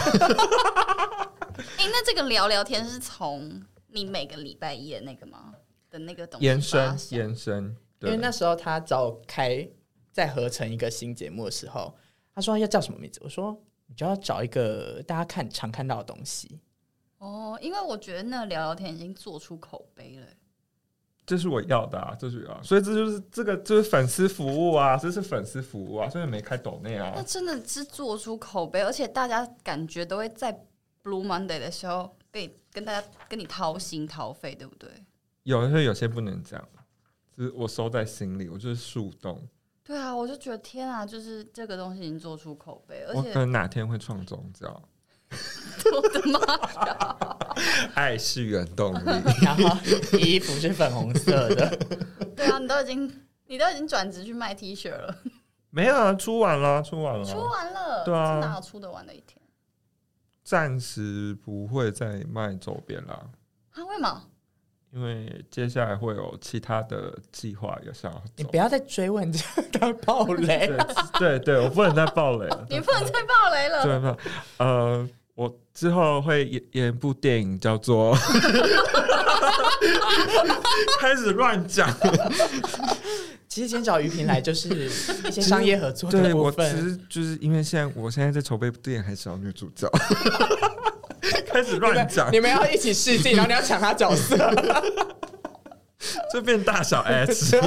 Speaker 3: 哎、那这个聊聊天是从你每个礼拜一的那个吗？的那个东西
Speaker 2: 延伸
Speaker 3: 发想
Speaker 2: 延伸，
Speaker 1: 因为
Speaker 2: 对，
Speaker 1: 那时候他找我开在合成一个新节目的时候，他说要叫什么名字，我说你就要找一个大家看常看到的东 西。
Speaker 3: 哦，因为我觉得那聊聊天已经做出口碑了。
Speaker 2: 这是我要的啊，这是我要的，所以这就是这个就是粉丝服务啊，这是粉丝服务啊，所以没开抖内啊
Speaker 3: 那。真的是做出口碑，而且大家感觉都会在 Blue Monday 的时候被跟大家跟你掏心掏肺，对不对？
Speaker 2: 有的时候有些不能讲，就是我收在心里，我就是树洞。
Speaker 3: 对啊，我就觉得天啊，就是这个东西已经做出口碑，而
Speaker 2: 我
Speaker 3: 且
Speaker 2: 可能哪天会创宗 教，
Speaker 3: 我的妈呀！
Speaker 2: 爱是原动 力。
Speaker 1: 然后衣服是粉红色 的，
Speaker 3: 对啊，你都已经你都已经转职去卖 T 恤了，
Speaker 2: 没有啊，出完了，出完
Speaker 3: 出
Speaker 2: 了，
Speaker 3: 完了，
Speaker 2: 哦对啊
Speaker 3: 这哪有出得完的一天
Speaker 2: 暂时不会再卖周边啦，
Speaker 3: 啊？为嘛？
Speaker 2: 因为接下来会有其他的计划要想要
Speaker 1: 你
Speaker 2: 走
Speaker 1: 不。要再追问这个暴雷。
Speaker 2: 对对对，我不能再爆雷了。
Speaker 3: 你不能再爆雷 了，
Speaker 2: 对吧？啊 呃，我之后会演演一部电影，叫 做开始乱讲。
Speaker 1: 其实今天找于平来就是一些商业合作的
Speaker 2: 对
Speaker 1: 部
Speaker 2: 我其实
Speaker 1: 分，
Speaker 2: 就是因为现在我现在在筹备电影，还找女主 角，开始
Speaker 1: 你
Speaker 2: 乱
Speaker 1: 们
Speaker 2: 讲
Speaker 1: 你，们要一起试镜，然后你要抢他角色，
Speaker 2: 这变大小 S，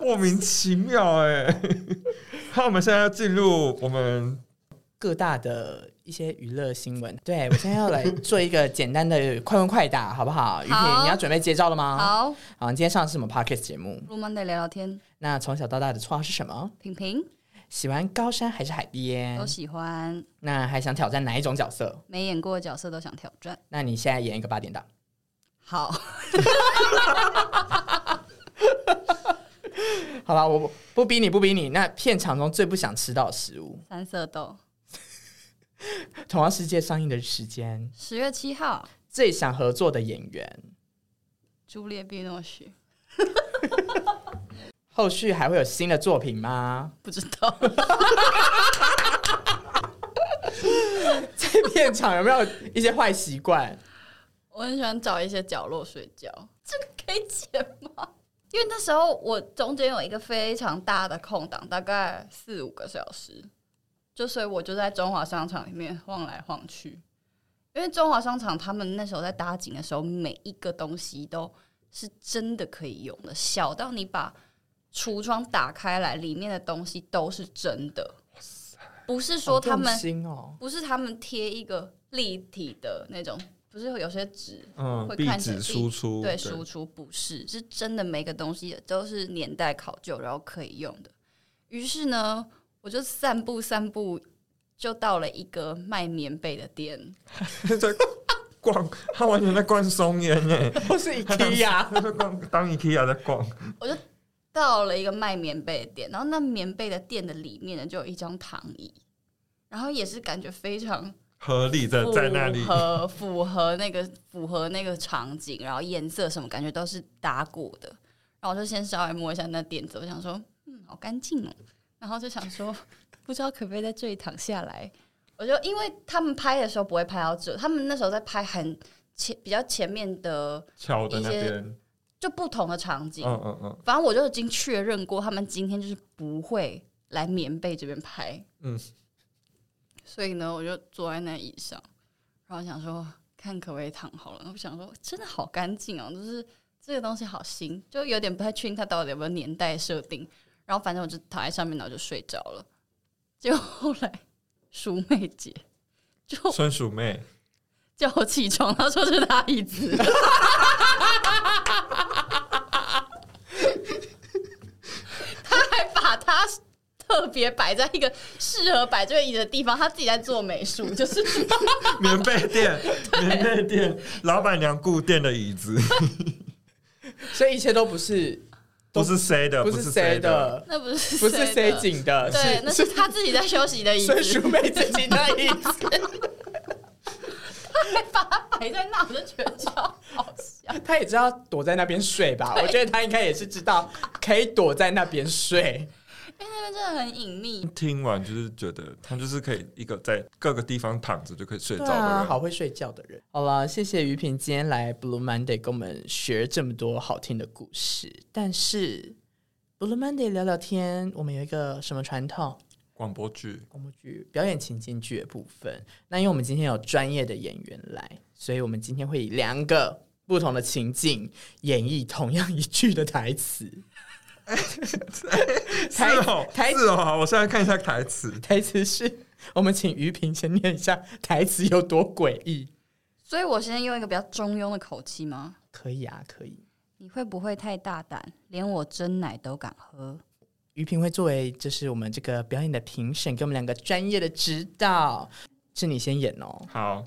Speaker 2: 莫名其妙哎、那我们现在要进入我们
Speaker 1: 各大的一些娱乐新闻。对我现在要来做一个简单的快问快答，好不好？于平，你要准备接招了吗？
Speaker 3: 好，
Speaker 1: 好，你今天上的是什么 podcast 节目？
Speaker 3: 卢曼的聊聊天，
Speaker 1: 那从小到大的绰号是什么？
Speaker 3: 平平
Speaker 1: 喜欢高山还是海边
Speaker 3: 都？喜欢，
Speaker 1: 那还想挑战哪一种角色？
Speaker 3: 没演过的角色都想挑战。
Speaker 1: 那你现在演一个八点档，
Speaker 3: 好，
Speaker 1: 好吧？我不不逼你，不逼你。那片场中最不想吃到的食物，
Speaker 3: 三色豆，
Speaker 1: 同样世界上映的时间，
Speaker 3: 十月七号，
Speaker 1: 最想合作的演员，
Speaker 3: 朱丽叶·碧诺许，
Speaker 1: 后续还会有新的作品吗？
Speaker 3: 不知道，
Speaker 1: 在片场有没有一些坏习惯？
Speaker 3: 我很喜欢找一些角落睡觉，这个可以剪吗？ 因为那时候我中间有一个非常大的空档，大概四五个小时，就所以我就在中华商场里面晃来晃去。因为中华商场他们那时候在搭景的时候，每一个东西都是真的可以用的，小到你把橱窗打开来，里面的东西都是真的，不是说他
Speaker 1: 好
Speaker 3: 们
Speaker 1: 用心哦，
Speaker 3: 不是他们贴一个立体的那种，不是会有些纸
Speaker 2: 嗯
Speaker 3: 会
Speaker 2: 壁
Speaker 3: 看起来
Speaker 2: 纸输出，
Speaker 3: 对输出不是，是真的每个东西都是年代考究，然后可以用的。于是呢，我就散步散步，就到了一个卖棉被的店，
Speaker 2: 在逛，他完全在逛松烟哎、
Speaker 1: 都是 IKEA。
Speaker 2: 他在逛当 IKEA 在逛，
Speaker 3: 我就到了一个卖棉被的店，然后那棉被的店的里面呢，就有一张躺椅，然后也是感觉非常
Speaker 2: 合理的在那里
Speaker 3: 符。合符合那个符合那个场景，然后颜色什么感觉都是搭过的。然后我就先稍微摸一下那垫子，我想说，嗯，好干净哦。然后就想说，不知道可不可以在这里躺下来。我就因为他们拍的时候不会拍到这，他们那时候在拍很前比较前面的
Speaker 2: 桥的那
Speaker 3: 一些
Speaker 2: 边，
Speaker 3: 就不同的场景。
Speaker 2: 嗯嗯嗯，
Speaker 3: 反正我就已经确认过，他们今天就是不会来棉被这边拍。
Speaker 2: 嗯
Speaker 3: 嗯，所以呢，我就坐在那椅上，然后想说看可不可以躺好了。我想说真的好干净哦，就是这个东西好新，就有点不太确定它到底有没有年代设定。然后反正我就躺在上面，然后就睡着了。结果后来 淑妹姐就
Speaker 2: 孙鼠妹，
Speaker 3: 叫我起床，她说是她椅子。 她还把它特别摆在一个适合摆这个椅子的地方，她自己在做美术，就是
Speaker 2: 棉被店，棉被店，老板娘雇店的 椅子，
Speaker 1: 所以一切都不是
Speaker 2: 不是谁的，
Speaker 1: 不
Speaker 2: 是
Speaker 1: 是
Speaker 2: 谁
Speaker 1: 谁，的，
Speaker 3: 那不是
Speaker 1: 不是
Speaker 3: 谁
Speaker 1: 谁
Speaker 3: 的
Speaker 1: 景的，
Speaker 3: 对，那是她自己在休息的椅
Speaker 1: 孙
Speaker 3: 子，
Speaker 1: 淑妹自己的意思，
Speaker 3: 还把它摆在那，我就觉得超好笑。
Speaker 1: 她也知道躲在那边睡吧？我觉得她应该也是知道可以躲在那边睡。
Speaker 3: 因为那边真的很隐秘，
Speaker 2: 听完就是觉得他就是可以一个在各个地方躺着就可以睡着
Speaker 1: 对
Speaker 2: 的人，
Speaker 1: 啊，好会睡觉的人。好了，谢谢于平今天来 Blue Monday 跟我们学这么多好听的故事。但是 Blue Monday 聊聊天，我们有一个什么传统？
Speaker 2: 广播剧
Speaker 1: 广播剧表演情景剧的部分。那因为我们今天有专业的演员来，所以我们今天会以两个不同的情境演绎同样一句的台词。
Speaker 2: 是
Speaker 1: 台
Speaker 2: 哦，
Speaker 1: 台
Speaker 2: 是哦，我现在看一下台词，
Speaker 1: 台词是我们请于平先念一下台词有多诡异。
Speaker 3: 所以我现在用一个比较中庸的口气吗？
Speaker 1: 可以啊，可以。
Speaker 3: 你会不会太大胆？连我真奶都敢喝？
Speaker 1: 于平会作为就是我们这个表演的评审，给我们两个专业的指导。是你先演哦。
Speaker 2: 好，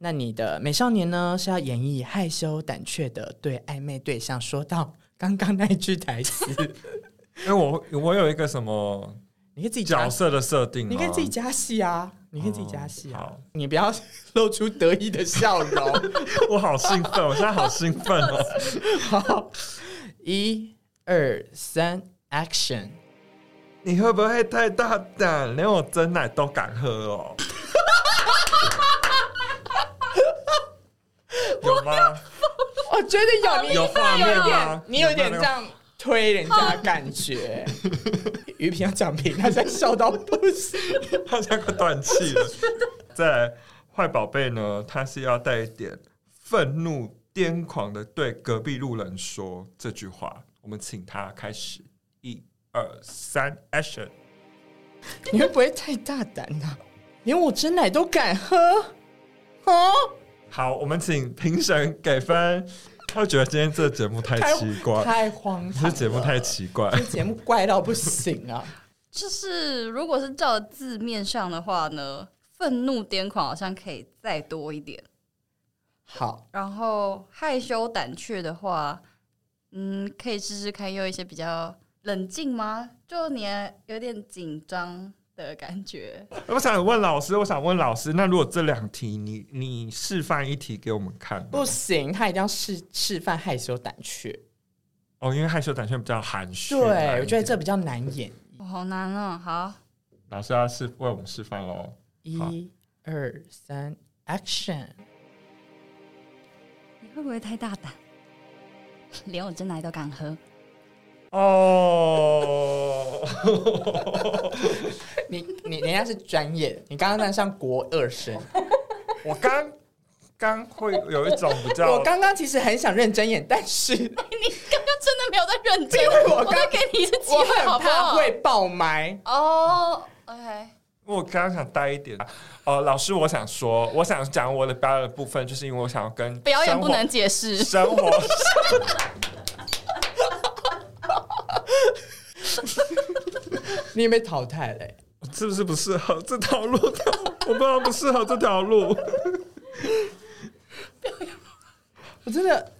Speaker 1: 那你的美少年呢是要演绎害羞胆怯的对暧昧对象说到 刚刚那一句台词，
Speaker 2: 因为我我有一个什么
Speaker 1: 你可以自己加
Speaker 2: 角，色的设定吗，哦
Speaker 1: 你可以自己加戏啊，你可以自己加戏啊，
Speaker 2: 好
Speaker 1: 你不要露出得意的笑容。
Speaker 2: 我好兴奋，我现在好兴奋哦！
Speaker 1: 好，一二三，Action！
Speaker 2: 你会不会太大胆，连我真奶都敢喝哦？有吗？
Speaker 1: 我哦觉得有你
Speaker 2: 有画面吗？
Speaker 1: 你有点
Speaker 2: 没
Speaker 1: 这样推人家的感觉。于平要讲评，他现在笑到不行。
Speaker 2: 他现在快断气了。再来，坏宝贝呢，他是要带一点愤怒、癫狂的对隔壁路人说这句话。我们请他开始，一二三，action！
Speaker 1: 你会不会太大胆了、连我真奶都敢喝？哦，
Speaker 2: 好，我们请评审给分。他会觉得今天这个节目太奇怪，
Speaker 1: 太荒唐
Speaker 2: 这
Speaker 1: 了！
Speaker 2: 节目太奇怪。
Speaker 1: 这节目怪到不行啊！
Speaker 3: 就是如果是照字面上的话呢，愤怒癫狂好像可以再多一点，
Speaker 1: 好，
Speaker 3: 然后害羞胆怯的话，嗯，可以试试看用一些比较冷静吗？就你有点紧张的感觉，
Speaker 2: 我想问老师，我想问老师，那如果这两题你你示范一题给我们看吗，
Speaker 1: 不行，他一定要示示范害羞胆怯。
Speaker 2: 哦，因为害羞胆怯比较含蓄难一点。
Speaker 1: 对，我觉得这比较难演。
Speaker 3: 哦、好难哦。好，
Speaker 2: 老师要示为我们示范 喽。
Speaker 1: 一、二、三，Action！
Speaker 3: 你会不会太大胆？连我真奶都敢喝？
Speaker 2: 哦，
Speaker 1: 你你人家是专业的，你刚刚在上国二生。
Speaker 2: 我刚刚会有一种比较，
Speaker 1: 我刚刚其实很想认真演，但 是
Speaker 3: 你刚刚真的没有在认真，
Speaker 1: 因为我
Speaker 3: 我
Speaker 1: 刚
Speaker 3: 再给你一次机
Speaker 1: 我
Speaker 3: 会，好
Speaker 1: 很
Speaker 3: 不
Speaker 1: 怕
Speaker 3: 好？
Speaker 1: 会爆麦。
Speaker 3: 哦、o k
Speaker 2: 我刚刚想带一点。哦，老师，我想说，我想讲我的表演的部分，就是因为我想要跟
Speaker 3: 表演
Speaker 2: 生
Speaker 3: 不
Speaker 2: 活
Speaker 3: 能解释。
Speaker 2: 生 活。
Speaker 1: 你也被淘汰嘞、
Speaker 2: 是不是不适合这条路？我不知道不适合这条路。
Speaker 1: 我真的，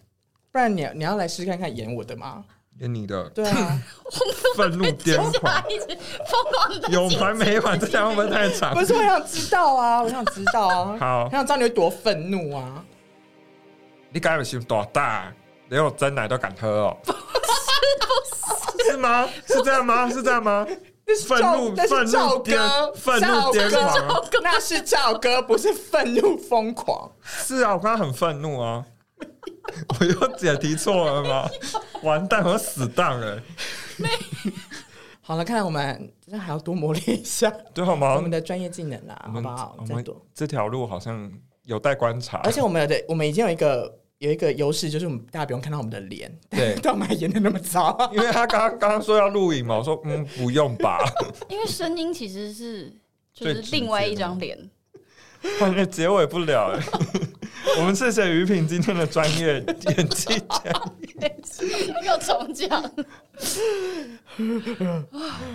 Speaker 1: 不然你你要来试试看看演我的吗？
Speaker 2: 演你的
Speaker 1: 对 啊，
Speaker 2: 愤怒癫
Speaker 3: 接下
Speaker 2: 狂
Speaker 3: 来，一直疯狂的
Speaker 2: 有完没完？这条会不会太长
Speaker 1: 不？是我想知道啊，我想知道啊，
Speaker 2: 好
Speaker 1: 我想知道你会多愤怒啊！
Speaker 2: 你该有心多大？连我真奶都敢喝 哦？是吗？是这样吗？是这样吗？
Speaker 1: 那是
Speaker 2: 愤
Speaker 1: 赵
Speaker 2: 怒
Speaker 1: 那
Speaker 2: 愤
Speaker 1: 是
Speaker 2: 怒
Speaker 1: 赵
Speaker 2: 癫
Speaker 1: 哥，
Speaker 2: 愤怒
Speaker 1: 赵哥
Speaker 2: 癫狂，
Speaker 1: 那是赵哥，不是愤怒疯狂。
Speaker 2: 是啊，我刚刚很愤怒 啊！我又解题错了吗？完蛋，我死当了、
Speaker 1: 好了，看来我们那还要多磨练一下
Speaker 2: 对好吗？
Speaker 1: 我们的专业技能啦，
Speaker 2: 我
Speaker 1: 好
Speaker 2: 们
Speaker 1: 不好
Speaker 2: 我？
Speaker 1: 再
Speaker 2: 们
Speaker 1: 多。
Speaker 2: 这条路好像有待观察，
Speaker 1: 而且我们的我们已经有一个有一个优势，就是我们大家不用看到我们的脸，
Speaker 2: 对
Speaker 1: 但我们还演的那么糟。
Speaker 2: 因为他刚刚刚刚说要录影嘛，我说嗯，不用吧，
Speaker 3: 因为声音其实是就
Speaker 2: 最
Speaker 3: 是
Speaker 2: 直接
Speaker 3: 另外一
Speaker 2: 的
Speaker 3: 张脸，
Speaker 2: 感觉哎结尾不 了、欸。我们谢谢于品今天的专业演技奖，
Speaker 3: 又重讲。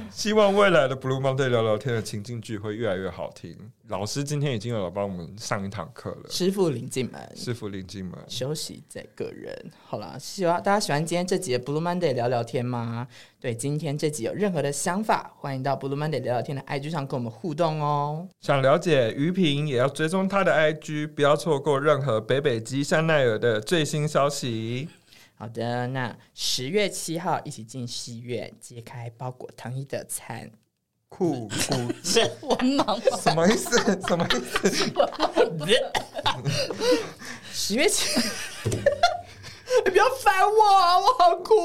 Speaker 2: 希望未来的 Blue Monday 聊聊天的情境剧会越来越好听。老师今天已经有来帮我们上一堂课了，
Speaker 1: 师傅领进门，
Speaker 2: 师傅领进门。
Speaker 1: 休息再个人。好啦，希望大家喜欢今天这集的 Blue Monday 聊聊天吗？对，今天这集有任何的想法，欢迎到 Blue Monday 聊聊天的 IG 上跟我们互动哦。
Speaker 2: 想了解于平，也要追踪他的 IG，不要错过任何北北基山奈尔的最新消息。
Speaker 1: 好的，那十月七号一起进戏院，揭开包裹糖衣的惨
Speaker 2: 酷酷，
Speaker 3: 文盲 吗？
Speaker 2: 什么意思？什么意思？
Speaker 1: 十月 七，你哎不要烦我，啊我好哭。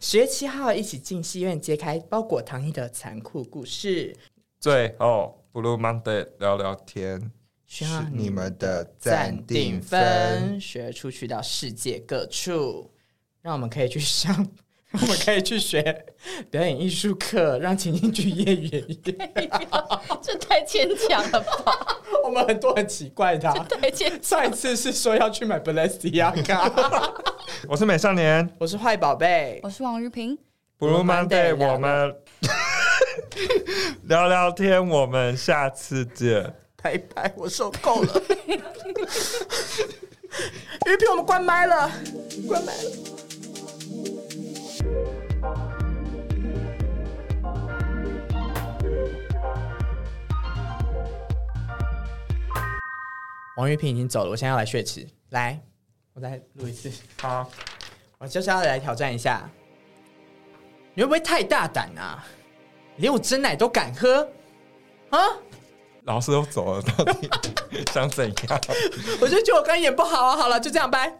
Speaker 1: 十月七号一起进戏院，揭开包裹糖衣的残酷故事，
Speaker 2: 最后哦 Blue Monday 聊聊天，
Speaker 1: 需要你们
Speaker 2: 的
Speaker 1: 暂定分，学出去到世界各处，让我们可以去上 我们可以去学表演艺术课，让情景剧业余演一点。
Speaker 3: 这太牵强了吧？
Speaker 1: 我们很多很奇怪的啊、
Speaker 3: 太牵
Speaker 1: 上一次是说要去买 Balenciaga，
Speaker 2: 我是美少年
Speaker 1: 我是坏宝贝
Speaker 3: 我，是王玉平，
Speaker 2: ，Blue Monday，
Speaker 1: Monday，
Speaker 2: 我们 聊聊天，我们下次见。
Speaker 1: 拜拜，我受够了。 鱼皮，我们关麦了，关麦了。王玉平已经走了，我现在要来血池，来，我再录一次。
Speaker 2: 好，
Speaker 1: 我就是要来挑战一下，你会不会太大胆啊？连我真奶都敢喝啊！
Speaker 2: 老师都走了，到底 想怎样？
Speaker 1: 我就觉得我刚演不好啊，好了，就这样，拜。